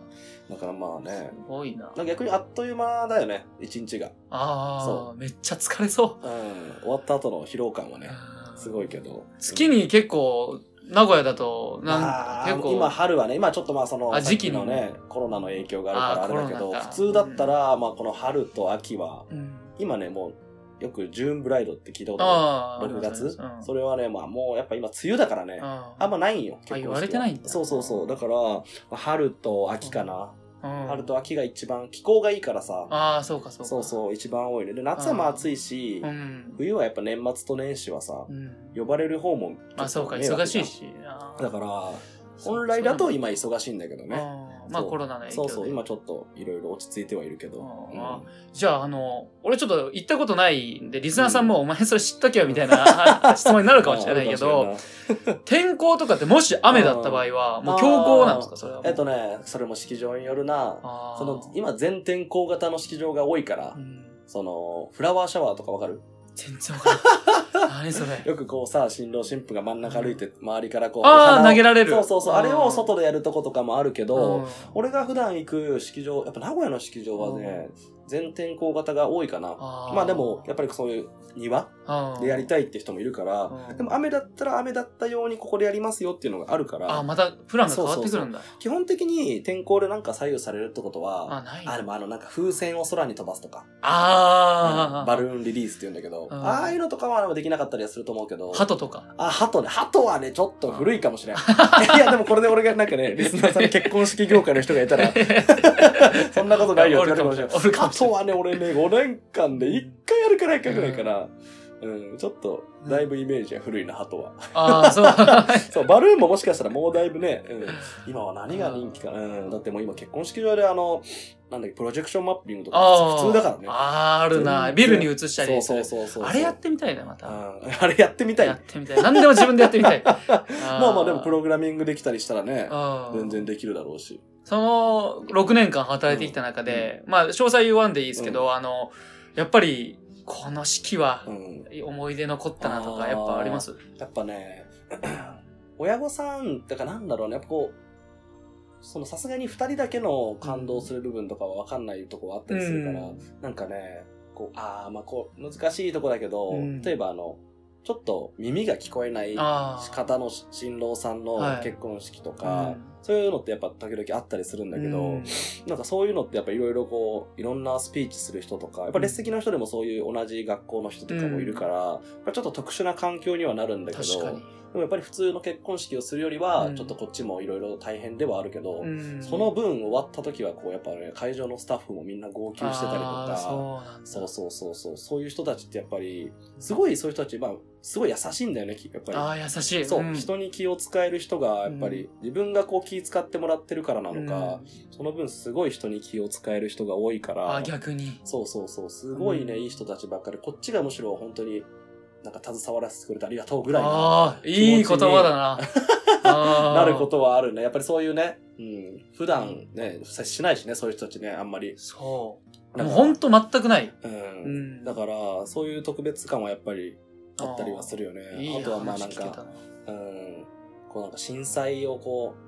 Speaker 2: だからまあ
Speaker 1: あー。そうかそうか
Speaker 2: ね
Speaker 1: す、ごいな
Speaker 2: な。んか逆にあっという間だよね、一日が。
Speaker 1: あ
Speaker 2: そ
Speaker 1: あ、めっちゃ疲れそ
Speaker 2: うん。終わった後の疲労感は
Speaker 1: う
Speaker 2: ね、。すごいけど。
Speaker 1: 月に結構、名古屋だと、な
Speaker 2: ま
Speaker 1: ん
Speaker 2: あ
Speaker 1: 結構。
Speaker 2: 今春はね今ちょっとまあその
Speaker 1: あ時期
Speaker 2: さっ
Speaker 1: の
Speaker 2: きのねコロナの影響があるからあれだけ
Speaker 1: あーコロ
Speaker 2: ど
Speaker 1: ナか
Speaker 2: 普通だったら、まあこの春と秋は
Speaker 1: うん
Speaker 2: 今ねもうよくジューンブライドって聞いたことあ
Speaker 1: ああ、
Speaker 2: る6月、
Speaker 1: うん
Speaker 2: それはねまあもうやっぱ今梅雨だからね、あんまないんよ
Speaker 1: あ
Speaker 2: 結婚式は
Speaker 1: 言われてないんだ
Speaker 2: そうそうそうだからまあ春と秋かな、
Speaker 1: うん
Speaker 2: 春と秋が一番気候がいいからさ
Speaker 1: ああ、そうかそうか。
Speaker 2: そうそう一番多いねで夏はまあ暑いし、
Speaker 1: うん。
Speaker 2: 冬はやっぱ年末と年始はさ
Speaker 1: うん。
Speaker 2: 呼ばれる方も
Speaker 1: あ、そうか、
Speaker 2: 迷惑
Speaker 1: 忙し
Speaker 2: じゃん
Speaker 1: いし。あー
Speaker 2: だから本来だと今忙しいんだけどね
Speaker 1: あーまあ
Speaker 2: そう
Speaker 1: コロナの影響
Speaker 2: そ
Speaker 1: で
Speaker 2: うそう、今ちょっといろいろ落ち着いてはいるけど。
Speaker 1: あ
Speaker 2: うん
Speaker 1: じゃああの俺ちょっと行ったことないんでリスナーさんもお前それ知っとけよみたい
Speaker 2: <laughs>
Speaker 1: な質問になるかもしれないけ
Speaker 2: あ
Speaker 1: ど
Speaker 2: るかもし
Speaker 1: 天候とかってもし雨だった場合は
Speaker 2: ん
Speaker 1: もう強行なんですかそれは
Speaker 2: れんなえっとね、それも式場によるな。
Speaker 1: あー
Speaker 2: その、今全天候型の式場が多いから
Speaker 1: う、ん
Speaker 2: その、フラワーシャワーとかわかる
Speaker 1: 全然わからない <laughs> 何それ
Speaker 2: よくこうさ、新郎新婦が真ん中歩いて、周りからこう、
Speaker 1: あ
Speaker 2: お
Speaker 1: あ
Speaker 2: 花を
Speaker 1: 投げられる
Speaker 2: そうそうそう、
Speaker 1: ん
Speaker 2: あれを外でやるとことかもあるけど、
Speaker 1: うん
Speaker 2: 俺が普段行く式場、やっぱ名古屋の式場はね、全天候型が多いかな。
Speaker 1: あー
Speaker 2: まあでも、やっぱりそういう庭でやりたいって人もいるから、
Speaker 1: うん
Speaker 2: でも雨だったら雨だったようにここでやりますよっていうのがあるか
Speaker 1: あ、
Speaker 2: ら、
Speaker 1: またプランが変わってくるんだ。
Speaker 2: 基本的に天候でなんか左右されるってことは、
Speaker 1: あ、ない
Speaker 2: あ、で
Speaker 1: な。
Speaker 2: もあのなんか風船を空に飛ばすとか、
Speaker 1: あ
Speaker 2: バルーンリリースって言うんだけど、
Speaker 1: うん
Speaker 2: ああいうのとかはなんかできなかったりはすると思うけど
Speaker 1: ー。、鳩とか。
Speaker 2: あ、鳩ね。鳩はね、ちょっと古いかもしれ <laughs> ない。いや、でもこれで俺がなんかね、リスナーさんに結婚式業界の人がいたら、 <laughs> そんなことないよって言われるかもしれない。
Speaker 1: おるかもしれ
Speaker 2: 鳩はね、俺ね、5年間で1回やるかないかぐらいから、うん、ちょっと、だいぶイメージが古いな、鳩は。 <laughs>
Speaker 1: ああ、そう。
Speaker 2: そう、バルーンももしかしたらもうだいぶね、うん、今は何が人気かな、うん、だってもう今結婚式場であの、なんだっけ、プロジェクションマッピングと
Speaker 1: あ
Speaker 2: か
Speaker 1: ー
Speaker 2: 普通だからね。
Speaker 1: あーあるな。
Speaker 2: 全然
Speaker 1: ビルに移した
Speaker 2: そう
Speaker 1: りす
Speaker 2: そう
Speaker 1: る。
Speaker 2: そうそう。
Speaker 1: あれやってみたいな、ま
Speaker 2: う
Speaker 1: た。
Speaker 2: ん、あれやってみたい。
Speaker 1: やってみたい。何でも自分でやってみ
Speaker 2: <laughs>
Speaker 1: たい。ま
Speaker 2: まあまあでもプ
Speaker 1: ロ、
Speaker 2: ログラミングできたりしたらね、全然
Speaker 1: で。
Speaker 2: できるだろうし。
Speaker 1: その6年間働いてきた中で、まあ詳細言わんでいいですけど、あの、やっぱり、この式は
Speaker 2: うん。
Speaker 1: 思い出残ったなと
Speaker 2: あ
Speaker 1: か、
Speaker 2: ー
Speaker 1: やっぱあります
Speaker 2: やっぱね、 <clears throat> 親御さん、だからなんだろうね、やっぱこう、そのさすがに二人だけの感動する部分とかはわかんないとこはあったりするから、
Speaker 1: うん
Speaker 2: なんかね、こう、ああ、まあこう、難しいとこだけど、
Speaker 1: うん
Speaker 2: 例えばあの、ちょっと耳が聞こえない
Speaker 1: あー
Speaker 2: 方の新郎さんの
Speaker 1: はい
Speaker 2: 結婚式とか、
Speaker 1: うん
Speaker 2: そういうのってやっぱ時々あったりするんだけど、
Speaker 1: うん
Speaker 2: なんかそういうのってやっぱいろいろこう、いろんなスピーチする人とか、やっぱ列席の人でもそういう同じ学校の人とかもいるから、やっぱちょっと特殊な環境にはなるんだけど、
Speaker 1: 確か
Speaker 2: で
Speaker 1: に。
Speaker 2: もやっぱり普通の結婚式をするよりは
Speaker 1: う、ん
Speaker 2: ちょっとこっちもいろいろ大変ではあるけど、
Speaker 1: うん
Speaker 2: その分終わった時はこう、やっぱね、会場のスタッフもみんな号泣してたりと
Speaker 1: あー
Speaker 2: か、
Speaker 1: そうなんだ
Speaker 2: そうそうそうそう、そういう人たちってやっぱり、すごいそういう人たち、まあ、すごい優しいんだよね、きやっぱり。
Speaker 1: ああ、優しい。
Speaker 2: そう、
Speaker 1: ん
Speaker 2: 人に気を使える人がやっぱり、自分がこう気使ってもらってるからなのか、
Speaker 1: うん
Speaker 2: その分すごい人に気を使える人が多いか
Speaker 1: あー、
Speaker 2: ら
Speaker 1: 逆に。
Speaker 2: そうそうそう、すごいね、
Speaker 1: うん
Speaker 2: いい人たちばっかり、こっちがむしろ本当になんか携わらせてくれてありがとうぐらいな
Speaker 1: ああ、いい言葉だな。あー
Speaker 2: なることはあるね。やっぱりそういうね、うん、普段ね、接しないしね、そういう人たちね、あんまり。
Speaker 1: そう。
Speaker 2: だ
Speaker 1: もう
Speaker 2: から
Speaker 1: ほんと全くない。
Speaker 2: う。
Speaker 1: うんん。
Speaker 2: だから、そういう特別感はやっぱりあったりはするよね。
Speaker 1: いい
Speaker 2: あとはまあ
Speaker 1: 話
Speaker 2: なん
Speaker 1: 聞けた
Speaker 2: か、
Speaker 1: な。
Speaker 2: うん、こうなんか震災をこう、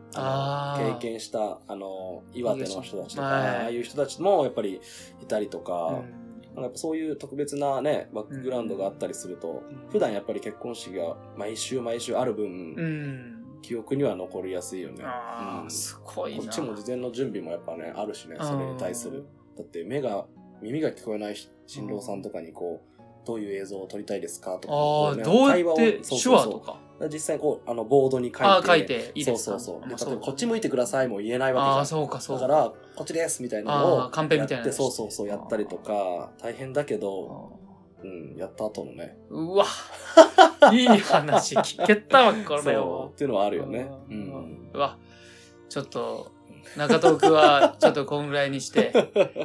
Speaker 1: あ
Speaker 2: あの
Speaker 1: ー
Speaker 2: 経験した、あの、岩手の人たちとか、
Speaker 1: はい
Speaker 2: ああいう人たちもやっぱりいたりとか、
Speaker 1: うん
Speaker 2: なんかやっぱそういう特別なね、バックグラウンドがあったりすると、
Speaker 1: うん
Speaker 2: 普段やっぱり結婚式が毎週毎週ある分、
Speaker 1: うん。
Speaker 2: 記憶には残りやすいよね。
Speaker 1: あ
Speaker 2: う
Speaker 1: あ、
Speaker 2: ん
Speaker 1: すごいな。
Speaker 2: こっちも事前の準備もやっぱね、あるしね、それに対する。だって目が、耳が聞こえないし新郎さんとかにこう、どういう映像を撮りたいですか
Speaker 1: うん。
Speaker 2: とか、
Speaker 1: あ
Speaker 2: こ
Speaker 1: あ、
Speaker 2: ね
Speaker 1: どう
Speaker 2: 会
Speaker 1: や
Speaker 2: 話
Speaker 1: っ
Speaker 2: を
Speaker 1: て
Speaker 2: そう
Speaker 1: 手
Speaker 2: そう
Speaker 1: 話
Speaker 2: そう
Speaker 1: とか。
Speaker 2: 実際こう、あの、ボードに書いて。
Speaker 1: ああ、書いていいです
Speaker 2: そ
Speaker 1: か
Speaker 2: うそうそう。
Speaker 1: あ
Speaker 2: で
Speaker 1: まあ
Speaker 2: 例えばこっち
Speaker 1: そう
Speaker 2: 向いてくださいも言えない
Speaker 1: あ
Speaker 2: わ
Speaker 1: あ、
Speaker 2: けじ
Speaker 1: そうか、そ
Speaker 2: ゃ。
Speaker 1: うんか。
Speaker 2: だから、こっちですみたいな
Speaker 1: あ
Speaker 2: の
Speaker 1: あ
Speaker 2: を。
Speaker 1: カンペみたいなの
Speaker 2: やってそうそうそう、やったりとか、大変だけ
Speaker 1: あ
Speaker 2: ど、
Speaker 1: ー
Speaker 2: うん、やった後のね。
Speaker 1: う
Speaker 2: <laughs>
Speaker 1: わ、いい話聞けたわ、これ
Speaker 2: そう
Speaker 1: は
Speaker 2: っ。ていうのはあるよね。う
Speaker 1: うん
Speaker 2: ん。
Speaker 1: うわ、ちょっと、中トークはちょっとこんぐらいに
Speaker 2: <laughs>
Speaker 1: して、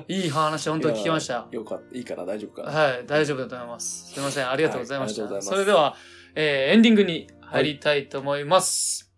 Speaker 1: いい話本当に聞きました。
Speaker 2: よかった。いいかな大丈夫かな
Speaker 1: はい、大丈夫だと思います。すいません、ありがとうございました。
Speaker 2: はいありがとうご
Speaker 1: それ
Speaker 2: ざいます
Speaker 1: では、えーエンディングに入りたいと思います。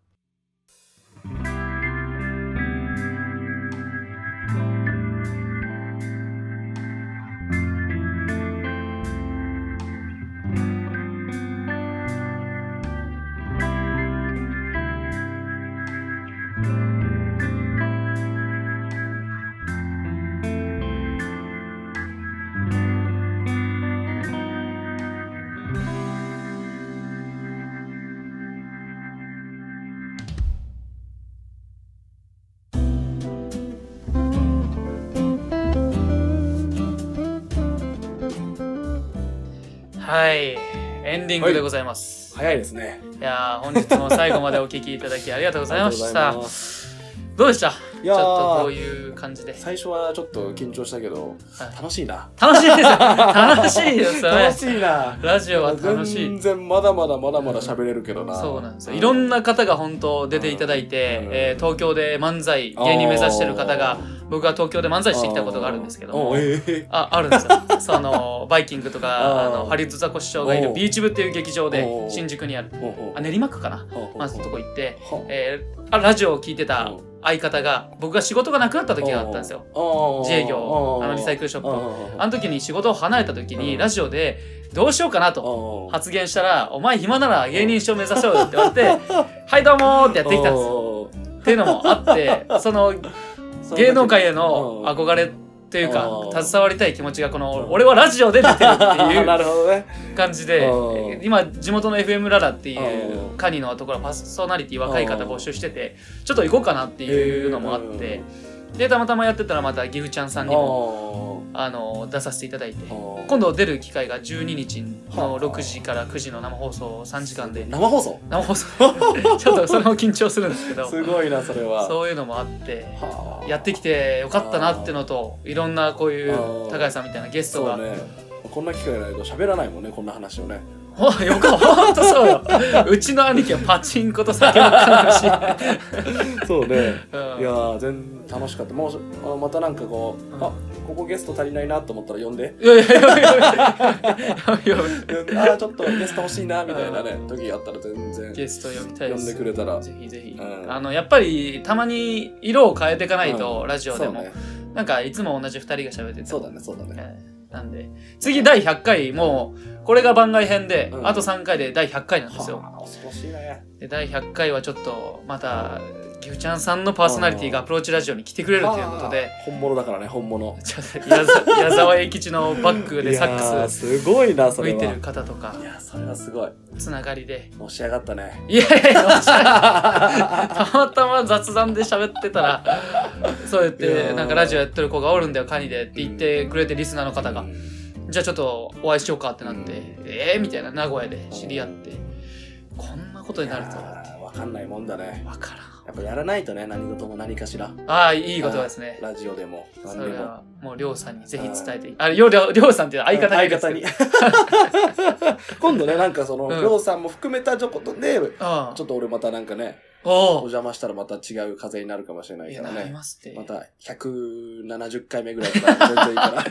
Speaker 1: はい、エンディングでございます。
Speaker 2: 早いですね。
Speaker 1: い、やー本日も最後までお聞きいただきありがとうございまし
Speaker 2: <laughs> あ
Speaker 1: た
Speaker 2: りがとうございま。す
Speaker 1: どうでしたち
Speaker 2: い
Speaker 1: ょ
Speaker 2: や
Speaker 1: っとこう
Speaker 2: ー
Speaker 1: いう感じで。
Speaker 2: 最初はちょっと緊張したけど、
Speaker 1: はい
Speaker 2: 楽しいな。
Speaker 1: 楽しいですよ楽しいですよね
Speaker 2: 楽。しいな。
Speaker 1: ラジオは楽し
Speaker 2: 全
Speaker 1: い。
Speaker 2: 然まだまだまだまだ喋れるけどな。
Speaker 1: そうなんですよ。いろんな方が本当出ていただいて、
Speaker 2: うん
Speaker 1: えー東京で漫才、芸人目指してる方が、僕は東京で漫 <laughs> 才してきたことがあるんですけども
Speaker 2: お、ええ
Speaker 1: ああるんですよ <laughs> そのバイキングとかあ
Speaker 2: あー
Speaker 1: のハリウッドザコシショウがいる
Speaker 2: おう
Speaker 1: ビーチ部っていう劇場で
Speaker 2: おう
Speaker 1: 新宿にある
Speaker 2: ほうほう
Speaker 1: あ練馬区かな
Speaker 2: ほうほう
Speaker 1: まあそのとこ行って、
Speaker 2: ほう
Speaker 1: えーあラジオを聞いてた
Speaker 2: おう
Speaker 1: 相方が僕が仕事がなくなった時があったんですよ
Speaker 2: おう
Speaker 1: 自営業
Speaker 2: おう
Speaker 1: あのリサイクルショップ
Speaker 2: おう
Speaker 1: の
Speaker 2: おう
Speaker 1: あの時に仕事を離れた時に
Speaker 2: うん
Speaker 1: ラジオでどうしようかなと
Speaker 2: おう
Speaker 1: 発言したら「お前暇なら芸人一生目指そうよ」って言われて「はいどうも」ってやってきたんですよ
Speaker 2: おう
Speaker 1: っていうのもあってその芸能界への
Speaker 2: うん
Speaker 1: 憧れというか
Speaker 2: あー
Speaker 1: 携わりたい気持ちがこの俺はラジオで出てるってい
Speaker 2: な
Speaker 1: う
Speaker 2: るほどね。
Speaker 1: 感じで
Speaker 2: あー
Speaker 1: 今地元の FM ララってい
Speaker 2: あ
Speaker 1: う
Speaker 2: ー
Speaker 1: カニのところパーソナリティ若い方募集しててちょっと行こうかなっていうのもあってでたまたまやってたらまたギフちゃんさ
Speaker 2: あ
Speaker 1: ん
Speaker 2: ー。
Speaker 1: にもあの出させていただいて今度出る機会が12日の6時から9時の生放送3時間で
Speaker 2: 生放送
Speaker 1: 生放送
Speaker 2: <laughs>
Speaker 1: ちょっとそれも緊張するんですけど
Speaker 2: すごいな、それは。
Speaker 1: そういうのもあって
Speaker 2: はあ
Speaker 1: やってきてよかったなってのといろんなこういう
Speaker 2: あー
Speaker 1: 高橋さんみたいなゲスト
Speaker 2: そ
Speaker 1: が
Speaker 2: うね。こんな機会ないと喋らないもんね、こんな話を
Speaker 1: <laughs>
Speaker 2: ね。
Speaker 1: ほらよかほんとそう
Speaker 2: <laughs>
Speaker 1: ようちの兄貴はパチンコと酒の話、
Speaker 2: そうね。
Speaker 1: うん、
Speaker 2: いやー、全楽しかった。もうあの、またなんかこう、
Speaker 1: うん
Speaker 2: あここゲスト足りないなと思ったら呼んで、
Speaker 1: いやいやいやいやいやいや
Speaker 2: <laughs> あーちょっとゲスト欲しいなみたいなね、時あったら全然
Speaker 1: ゲスト呼びたい
Speaker 2: 呼
Speaker 1: で
Speaker 2: んですくれたら。
Speaker 1: ぜひぜひ、
Speaker 2: うん
Speaker 1: あのやっぱりたまに色を変えていかないと、ラジオ
Speaker 2: そ
Speaker 1: で
Speaker 2: う
Speaker 1: も、
Speaker 2: ね。
Speaker 1: なんかいつも同じ2人が喋ってて
Speaker 2: そうだね、そうだね。
Speaker 1: えーなんで次第100回もうこれが番外編で、
Speaker 2: うん
Speaker 1: あと3回で第100回なんですよ
Speaker 2: はあ、恐ろしいね。
Speaker 1: で第100回はちょっとまたぎゅうちゃんさんのパーソナリティがアプローチラジオに来てくれるということで
Speaker 2: はあ本物だからね、本物。
Speaker 1: ちょっと矢沢矢沢永吉のバックでサ
Speaker 2: いや
Speaker 1: ッ
Speaker 2: ー
Speaker 1: クス
Speaker 2: すごいな、そ
Speaker 1: 吹
Speaker 2: れ
Speaker 1: い
Speaker 2: は。
Speaker 1: てる方とか
Speaker 2: いや、それはすごい。
Speaker 1: つながりで
Speaker 2: のし上がったね。
Speaker 1: いやいや面白いたまたま雑談で喋ってたらそうやっ
Speaker 2: いや
Speaker 1: て
Speaker 2: ー
Speaker 1: なんかラジオやってる子がおるんだよカニでって言ってくれてリスナーの方がじゃあちょっとお会いしようかってなって、
Speaker 2: うん
Speaker 1: ええみたいな名古屋で知り合って、こんなことになるとは
Speaker 2: あーわかんないもんだね。
Speaker 1: わからん
Speaker 2: やっぱやらないとね、何事も何かしら。
Speaker 1: ああいいことですね
Speaker 2: ラジオでも。
Speaker 1: そ
Speaker 2: 何で
Speaker 1: れ
Speaker 2: も。
Speaker 1: はもうりょうさんにぜひ伝えてあれりょうりょうりょうさんっていう相方がいるんですけど
Speaker 2: 相
Speaker 1: <laughs>
Speaker 2: 方に今度ね、なんかその、
Speaker 1: うん
Speaker 2: りょうさんも含めたちょことで、ち
Speaker 1: あ
Speaker 2: ょっと俺またなんかね、
Speaker 1: あ
Speaker 2: お
Speaker 1: お
Speaker 2: 邪魔したらまた違う風になるかもしれな
Speaker 1: おい
Speaker 2: い
Speaker 1: や
Speaker 2: から
Speaker 1: なり
Speaker 2: ね。
Speaker 1: ますって
Speaker 2: また170回目ぐらいから全然いいから。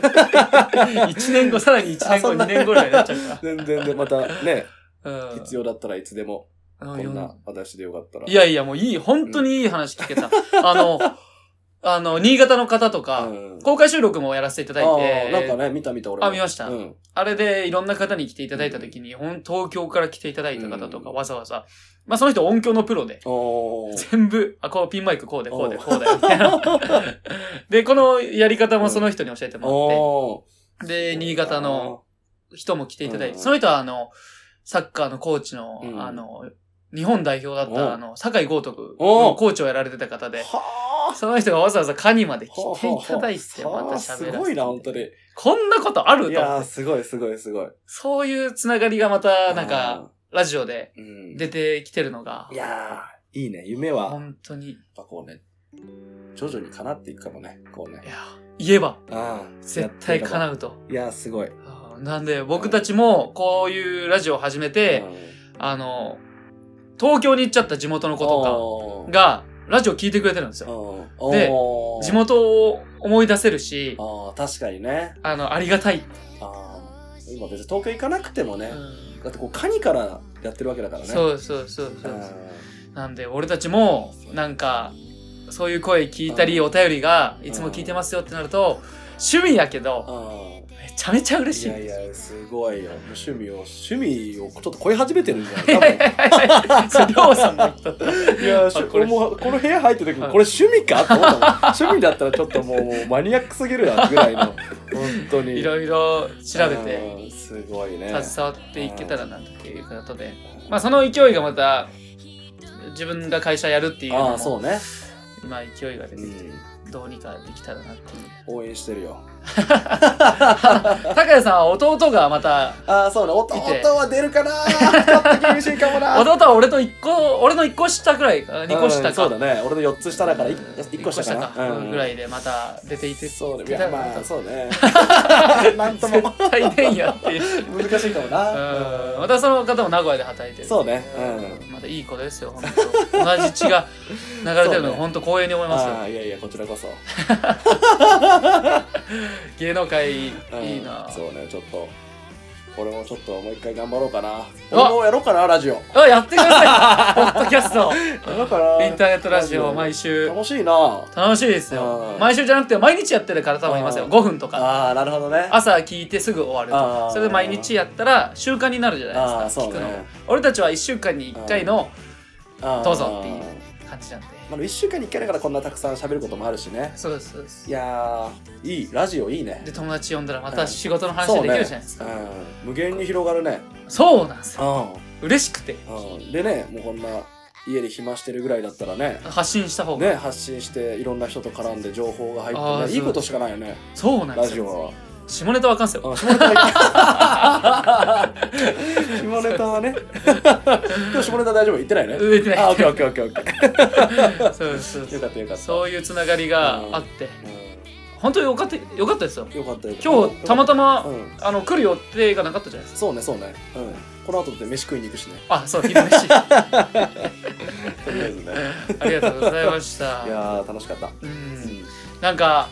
Speaker 1: <laughs> 1年後さらに1年後
Speaker 2: <laughs> あそんな
Speaker 1: 2年後ぐらいになっちゃうか
Speaker 2: 全然で、またね、 <laughs>
Speaker 1: ら、うん、
Speaker 2: 必要だったらいつでも、
Speaker 1: あ
Speaker 2: こ
Speaker 1: の
Speaker 2: んな私でよかったら。
Speaker 1: いやいやもういい本当にいい話聞けた、あのあの新潟の方とか、
Speaker 2: うん、
Speaker 1: 公開収録もやらせていただい
Speaker 2: あ
Speaker 1: て
Speaker 2: ーなんかね、見た見た俺も。
Speaker 1: あ見ました
Speaker 2: うん。
Speaker 1: あれでいろんな方に来ていただいた時に、ほん東京から来ていただいた方とか
Speaker 2: う
Speaker 1: わざわざ、まあその人音響のプロで、
Speaker 2: お
Speaker 1: <laughs>
Speaker 2: ー
Speaker 1: 全部、あ、こうピンマイクこうでこうで
Speaker 2: おう
Speaker 1: こうで、みたい
Speaker 2: <laughs>
Speaker 1: な。で、このやり方もその人に教えても
Speaker 2: お
Speaker 1: らっ
Speaker 2: ー
Speaker 1: て、で、新潟の、人も来ていただいて、
Speaker 2: うん
Speaker 1: その人はあの、サッカーのコーチの、
Speaker 2: うん
Speaker 1: あの、日本代表だっ
Speaker 2: おう
Speaker 1: た、あの、酒井豪徳
Speaker 2: お
Speaker 1: の
Speaker 2: う
Speaker 1: コーチをやられてた方で、
Speaker 2: は
Speaker 1: その人がわざわざカニまで来
Speaker 2: あ
Speaker 1: ていただいて、また喋らせ
Speaker 2: す
Speaker 1: ていただいて
Speaker 2: ごいな、本当に。い
Speaker 1: こんなことあると
Speaker 2: やー、すごい、すごい、すごい。
Speaker 1: そういうつながりがまた、なんか、、ラジオで、
Speaker 2: うん。
Speaker 1: 出てきてるのが
Speaker 2: い、やー、いいね。夢は、やっ
Speaker 1: 本当に、い
Speaker 2: ぱこうね、徐々に叶っていくかもね。こうね。
Speaker 1: や、言えば
Speaker 2: うん
Speaker 1: 絶対
Speaker 2: や
Speaker 1: 叶
Speaker 2: って
Speaker 1: うと。
Speaker 2: いけばいやー、すごい。
Speaker 1: あーなんで、僕たちもこういうラジオを始めて、あの、東京に行っちゃった地元の子とか
Speaker 2: と
Speaker 1: が、ラジオ聞いてくれてるんですよ。
Speaker 2: が
Speaker 1: で地元を思い出せるし、
Speaker 2: ああ、確かにね。
Speaker 1: あの、ありがたい。
Speaker 2: あー今別に東京行かなくてもね、
Speaker 1: うん
Speaker 2: だってこう、カニからやってるわけだからね。。
Speaker 1: そうそうそうそううんなんで、俺たちも、なんか、そういう声聞いたり、
Speaker 2: う
Speaker 1: お便りが、いつも聞いてますよってなると、趣味やけど、
Speaker 2: うん
Speaker 1: めちゃめちゃ嬉し
Speaker 2: い
Speaker 1: い。
Speaker 2: やいや、すごいよ。趣味を、趣味をちょっと超え始めてるんじゃな
Speaker 1: いや
Speaker 2: い
Speaker 1: い <laughs> やいやいやそれりょうさんの言った
Speaker 2: いや、し
Speaker 1: あ
Speaker 2: ゅ
Speaker 1: これ
Speaker 2: もうこの部屋入った時に、
Speaker 1: はい
Speaker 2: これ趣味かと思ったもん趣味だったらちょっともうもうマニアックすぎるなぐらいの、本当に。
Speaker 1: いろいろ調べて
Speaker 2: うん。すごいね。
Speaker 1: 携わっていけたらなっていうことで、まあ、その勢いがまた自分が会社やるっていう
Speaker 2: あ
Speaker 1: の
Speaker 2: あ、そう
Speaker 1: も
Speaker 2: ね。
Speaker 1: 今勢いが出て
Speaker 2: う
Speaker 1: きて
Speaker 2: ん
Speaker 1: どうにかできたらなっていう
Speaker 2: 応援してるよ。
Speaker 1: 高谷さんは弟がまた
Speaker 2: ああ、そうね。音
Speaker 1: いて
Speaker 2: 音は出るかなちょっと厳しいか
Speaker 1: <laughs>
Speaker 2: もな。
Speaker 1: 弟は俺と一個俺の1個下くらいか2個下
Speaker 2: うんそ
Speaker 1: か
Speaker 2: うだね。俺の4つ下だから
Speaker 1: うん
Speaker 2: 1, 個下
Speaker 1: 一
Speaker 2: かな。
Speaker 1: ぐら
Speaker 2: い。
Speaker 1: いでまた出ていて
Speaker 2: そうね。い
Speaker 1: 出た
Speaker 2: や、
Speaker 1: らま
Speaker 2: ま
Speaker 1: た
Speaker 2: あ、そ
Speaker 1: <laughs>
Speaker 2: うね。なんとも
Speaker 1: 絶対ねんやっていう、
Speaker 2: 難しいかも
Speaker 1: うん、
Speaker 2: な。
Speaker 1: またその方も名古屋で働いてる
Speaker 2: そうね。うん。
Speaker 1: まだいい子ですよ、本当。同じ血が流れてるのが本当光栄に思いますよ。
Speaker 2: ああ、いやいや、こちらこそ。
Speaker 1: 芸能界い
Speaker 2: うん
Speaker 1: いな。
Speaker 2: そうねちょっと俺もちょっともう一回頑張ろうかな
Speaker 1: わ
Speaker 2: 俺もやろうかなラジオや
Speaker 1: あ、やってください。ポッドキャスト、
Speaker 2: ろうかな
Speaker 1: インターネットラジオ毎週
Speaker 2: 楽しいな
Speaker 1: 楽しいですよ
Speaker 2: う。ん
Speaker 1: 毎週じゃなくて毎日やってる方もいますよ。
Speaker 2: うん
Speaker 1: 5分とか。
Speaker 2: ああなるほどね
Speaker 1: 朝聞いてすぐ終わると
Speaker 2: う
Speaker 1: か。
Speaker 2: ん
Speaker 1: それで毎日やったら習慣になるじゃない
Speaker 2: ああ
Speaker 1: ですか。
Speaker 2: そ
Speaker 1: 聞
Speaker 2: う
Speaker 1: くの。
Speaker 2: ね
Speaker 1: 俺たちは1週間に1回の
Speaker 2: あー
Speaker 1: どうぞっていう感じなんで。
Speaker 2: まあ、1週間に1回だからこんなたくさん喋ることもあるしね。
Speaker 1: そうです、そうです
Speaker 2: い。やー、いい、ラジオいいね
Speaker 1: で、。友達呼んだらまた仕事の話できるじゃないですか。
Speaker 2: うん、無限に広がるね。
Speaker 1: そうなんですよ。
Speaker 2: う
Speaker 1: 嬉しくて。
Speaker 2: ん。うん、でね、もうこんな家で暇してるぐらいだったらね、
Speaker 1: 発信した方が。
Speaker 2: ね、発信していろんな人と絡んで情報が入
Speaker 1: あ
Speaker 2: っ
Speaker 1: ー
Speaker 2: て、ね、いいことしかないよね、
Speaker 1: そうなんで
Speaker 2: ラ
Speaker 1: す
Speaker 2: ジ
Speaker 1: よ。
Speaker 2: オは。
Speaker 1: 下ネタわかんすよ。
Speaker 2: うん下ネタは下ネタ <laughs>
Speaker 1: <laughs>
Speaker 2: はね。今日下ネタ大丈夫言ってないね。
Speaker 1: 売れてない。
Speaker 2: あ、オッケーオッケーオッケーオッケ
Speaker 1: そうですそうで
Speaker 2: ー。
Speaker 1: す。
Speaker 2: よかったよかった。
Speaker 1: そういうつながりがあって、本当によかった、よかったですよ。
Speaker 2: うんよかったよかった。
Speaker 1: 今日、たまたま、
Speaker 2: うん。
Speaker 1: あの、来る予定がなかったじゃないですか。
Speaker 2: そうね、そうね。うん。この後で飯食いに行くしね。
Speaker 1: あ、
Speaker 2: <laughs>
Speaker 1: そう、昼飯。あ
Speaker 2: とりあえず
Speaker 1: <laughs>
Speaker 2: ね。
Speaker 1: りがとうございまし
Speaker 2: い
Speaker 1: た。
Speaker 2: やー、楽しかった。
Speaker 1: うん。なんか、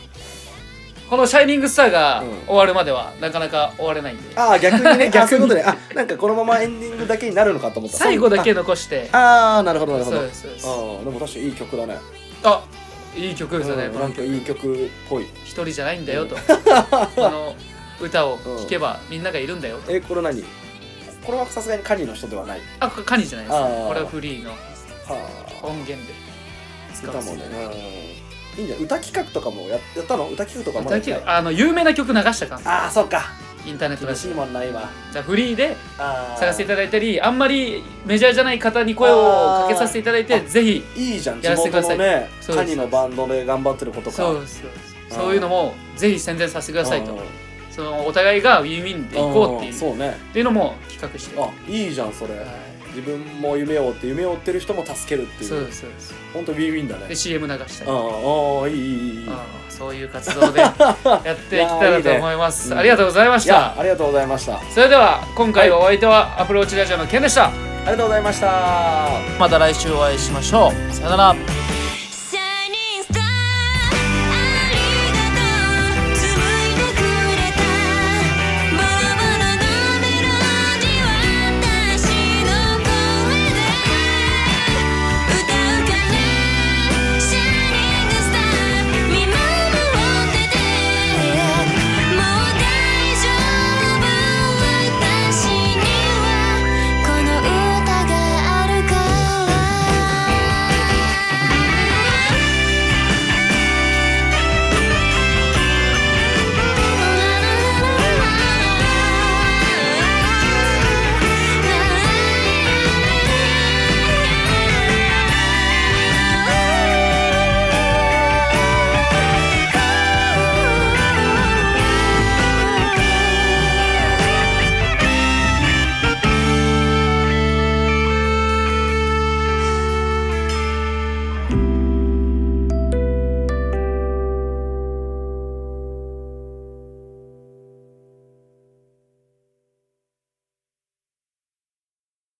Speaker 1: このシャイニングスターが
Speaker 2: うん
Speaker 1: 終わるまでは、なかなか終われないんで、
Speaker 2: ああ、逆
Speaker 1: <laughs>
Speaker 2: にね、
Speaker 1: 逆に
Speaker 2: 逆いうことね。あ、なんかこのままエンディングだけになるのかと思った。
Speaker 1: 最後だけ残して、
Speaker 2: あ。あー、なるほど、なるほ
Speaker 1: そ
Speaker 2: ど。
Speaker 1: う
Speaker 2: あ
Speaker 1: です、そうです。
Speaker 2: ーでも確かにいい曲だね。
Speaker 1: あ、いい曲ですよね、
Speaker 2: うん
Speaker 1: こ
Speaker 2: な
Speaker 1: の
Speaker 2: んか
Speaker 1: 曲。
Speaker 2: いい曲っぽい。
Speaker 1: 一人じゃないんだよと。この歌を聴けば、みんながいるんだよと。
Speaker 2: え、これ何これはさすがにカニの人ではない。
Speaker 1: あ、これカニじゃないです
Speaker 2: あー
Speaker 1: これはフリーの
Speaker 2: は
Speaker 1: 音源で
Speaker 2: あ。
Speaker 1: 使わ
Speaker 2: 歌
Speaker 1: せ
Speaker 2: も
Speaker 1: て
Speaker 2: ね。うんいいんじゃない歌企画とかもややったの歌企画とかも
Speaker 1: だけあの有名な曲流したかん
Speaker 2: ああ、そっか。
Speaker 1: インターネットだ
Speaker 2: 厳
Speaker 1: し
Speaker 2: しいもんな、今。
Speaker 1: じゃあフリーで
Speaker 2: あー
Speaker 1: 探していただいたりあんまりメジャーじゃない方に声をかけさせていただいて
Speaker 2: あー
Speaker 1: ぜひ
Speaker 2: いいじゃん、地
Speaker 1: やらせてく
Speaker 2: 元
Speaker 1: ださ
Speaker 2: の
Speaker 1: い
Speaker 2: ね、
Speaker 1: そう
Speaker 2: カ
Speaker 1: です
Speaker 2: ニのバンドで頑張ってる子とか。
Speaker 1: そうですそうですそういうのもぜひ宣伝させてくださいと
Speaker 2: うん
Speaker 1: そのお互いがウィンウィンで行こうってい
Speaker 2: ん
Speaker 1: う
Speaker 2: そうね。
Speaker 1: っていうのも企画して
Speaker 2: あ、いいじゃん、それ。
Speaker 1: はい
Speaker 2: 自分も夢を追って夢を追ってる人も助けるってい
Speaker 1: そう
Speaker 2: う
Speaker 1: ですそうです
Speaker 2: 本当ウィンウィンだ
Speaker 1: で
Speaker 2: ね
Speaker 1: CM 流した
Speaker 2: あ
Speaker 1: り
Speaker 2: あああいいいいいい
Speaker 1: あーそういう活動
Speaker 2: <laughs>
Speaker 1: でやっていきたらと思いま
Speaker 2: いやーいい
Speaker 1: す
Speaker 2: ねうん
Speaker 1: ありがとうございまし
Speaker 2: いや
Speaker 1: た
Speaker 2: ありがとうございましたあ
Speaker 1: それでは今回お相手はアプローチラジオのケンでした
Speaker 2: りがとうございました
Speaker 1: また来週お会いしましょうさよなら